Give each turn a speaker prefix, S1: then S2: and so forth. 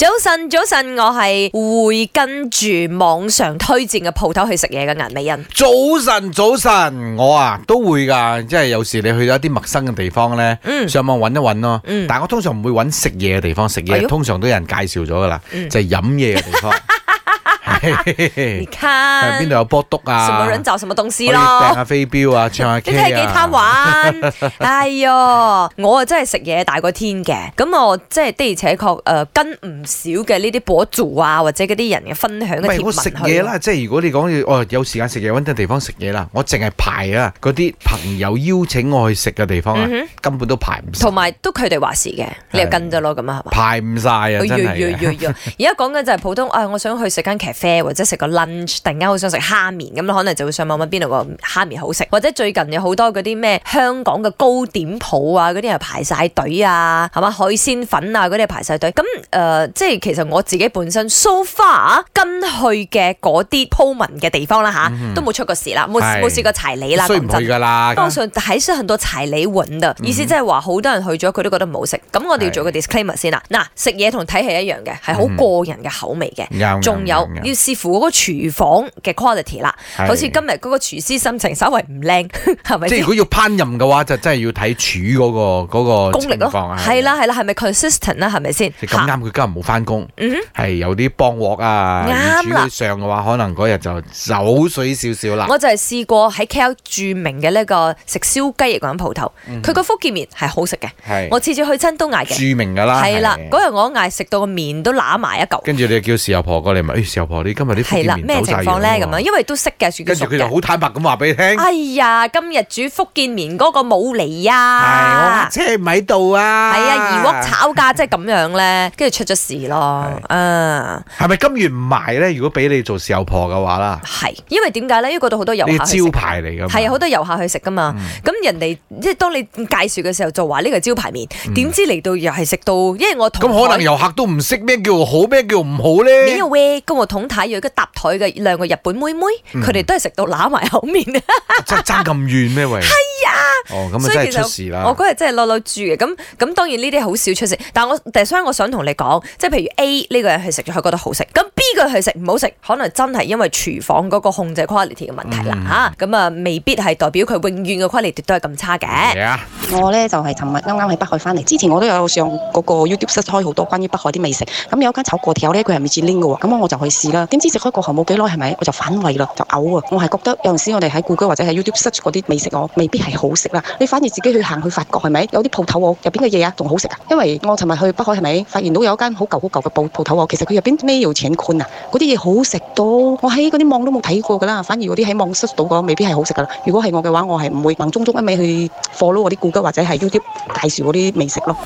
S1: 早晨，早晨，我係會跟住網上推薦嘅鋪頭去食嘢嘅顏美欣。
S2: 早晨，早晨，我啊都會㗎，即係有時你去到一啲陌生嘅地方咧，
S1: 嗯
S2: 上網揾一揾咯。
S1: 嗯
S2: 但係我通常唔會揾食嘢嘅地方，食
S1: 哎
S2: 嘢
S1: 喲
S2: 通常都有人介紹咗㗎啦，
S1: 嗯
S2: 就係飲嘢嘅地 方。
S1: 你
S2: 係
S1: 看，
S2: 邊度有波督
S1: 什麼
S2: 啊？
S1: 人就什麼東
S2: 可
S1: 西
S2: 以掟
S1: 咯。
S2: 下飛鏢啊，唱下
S1: 你
S2: K
S1: 真係幾貪
S2: 啊。
S1: 玩，哎呦！我啊真係食嘢大過天嘅，咁我即係的而且確誒跟唔少嘅呢啲博主啊，或者嗰啲人嘅分享
S2: 唔
S1: 嘅
S2: 係我食
S1: 貼文去
S2: 嘢啦，即係如果你講要哦有時間食嘢揾笪地方食嘢啦，我淨係排啊嗰啲朋友邀請我去食嘅地方啊，根本都排唔晒
S1: 嗯同，埋都佢哋話事嘅，你又跟咗咯，咁啊係嘛？
S2: 排唔晒啊！
S1: 哦
S2: 真
S1: 哎
S2: 係嘅。
S1: 而家講緊就係普通啊，我想去食間 cafe 或者食個 lunch，突然間好想食蝦麵咁，啊可能就會上網揾邊度個蝦麵好食，或者最近有好多嗰啲咩香港嘅糕點鋪啊，嗰啲又排晒隊啊，係嘛海鮮粉啊嗰啲又排晒隊。咁誒、呃即係其實我自己本身 so far 跟去嘅嗰啲鋪文嘅地方啦吓，都冇出過事啦，冇
S2: 嗯係
S1: 冇試過踩你啦，
S2: 所以
S1: 講
S2: 唔
S1: 真
S2: 去。噶啦。
S1: 當上喺上很多柴你揾的，
S2: 嗯
S1: 意思即係話好多人去咗，佢都覺得唔好食。咁我哋要做個 disclaimer 先啦。嗱，食嘢同睇戲一樣嘅，係
S2: 嗯
S1: 好個人嘅口味嘅。啊
S2: 啱啱
S1: 仲有
S2: 啱啱
S1: 要視乎嗰個廚房嘅 quality 啦。
S2: 係
S1: 好似今日嗰個廚師心情稍為唔靚， 係咪
S2: 即
S1: 先
S2: 係
S1: 啊
S2: 如？果要烹飪嘅話，就真係要睇廚嗰、個嗰、個
S1: 功力咯，
S2: 情況啊
S1: 係。啦係啦，係咪 consistent 啦？係咪先？
S2: 你咁啊啱佢今日冇翻工，
S1: 嗯
S2: 係有啲幫鑊啊，
S1: 啱啦
S2: 要煮嗰啲上嘅話，可能嗰日就走水少少啦。
S1: 我就係試過喺 KL 著名嘅呢個食燒雞翼嗰間鋪頭，佢個福建麵係好食嘅，
S2: 嗯係
S1: 我次次去親都嗌嘅，
S2: 著名㗎啦，
S1: 係啦，
S2: 係
S1: 嗰日我嗌食到個面都揦埋一嚿。
S2: 跟住你就叫豉油婆過嚟咪，誒豉油婆你今日啲
S1: 係
S2: 福建
S1: 啦，
S2: 麵
S1: 咩
S2: 走
S1: 情
S2: 晒
S1: 況
S2: 樣
S1: 咧？咁樣，
S2: 喎
S1: 因為都識嘅，算叫
S2: 啊跟住
S1: 熟
S2: 佢就
S1: 嘅。
S2: 好坦白咁話俾你聽，係、
S1: 哎呀，今日煮福建麵嗰個冇嚟
S2: 我
S1: 啊
S2: 架！車唔喺度啊，
S1: 係啊，疑鍋炒價即係咁樣咧，跟住出咗事咯。嗯，
S2: 係咪金月唔賣咧？如果俾你做豉油婆嘅話啦，
S1: 係，因為點解咧？因為嗰度好多遊
S2: 呢
S1: 客
S2: 個
S1: 去食
S2: 招。牌嚟㗎嘛，嗯
S1: 係啊，好多遊客去食噶嘛，咁、人哋即係當你介紹嘅時候就話呢個招牌麵，點、知嚟到又係食到，因為我同
S2: 嗯咁可
S1: 台
S2: 能遊客都唔識咩叫好，咩叫唔好咧？
S1: 你又喂，跟我同台有一個搭台嘅兩個日本妹妹，
S2: 嗯
S1: 佢哋、都係食到揦埋口面啊！
S2: 真爭咁遠咩？喂，係啊，哦，咁啊
S1: 所
S2: 真
S1: 以其
S2: 係
S1: 實
S2: 出事啦。
S1: 我嗰日真係攞攞住嘅，咁咁當然呢啲好少出事，但我但係所以我想同你講，即係譬如 A 呢個人去食咗，佢覺得好食，咁 B 個人去食唔好食，可能真係因為廚房嗰個控制 quality 嘅問題
S2: 嗯
S1: 啦吓，咁啊未必係代表佢永遠嘅 quality 都係咁差嘅。
S2: 係啊，
S3: 我呢就係尋日啱啱喺北海翻嚟，之前我都有上嗰個 YouTube 室開好多關於北海啲美食，咁有一間炒粿條呢，佢係米芝蓮嘅喎，咁我就去試啦。點知食開過後冇幾耐係咪，我就反胃啦，就嘔啊！我係覺得有陣時我哋喺故居或者喺 YouTube 室嗰啲美食，我未必係好食啦。你反而自己去行去發覺係咪有啲鋪頭我入邊嘅嘢啊仲好食啊？因為我尋日去北海係咪發現到有一間好舊好舊嘅鋪鋪頭喎，其實佢入邊咩要錢款啊？嗰啲嘢好食到，我喺嗰啲網都冇睇過㗎啦，反而嗰啲喺網 search 到嘅未必係好食㗎啦。如果係我嘅話，我係唔會盲中中一味去 follow 嗰啲顧客或者係 YouTube 介紹嗰啲美食咯。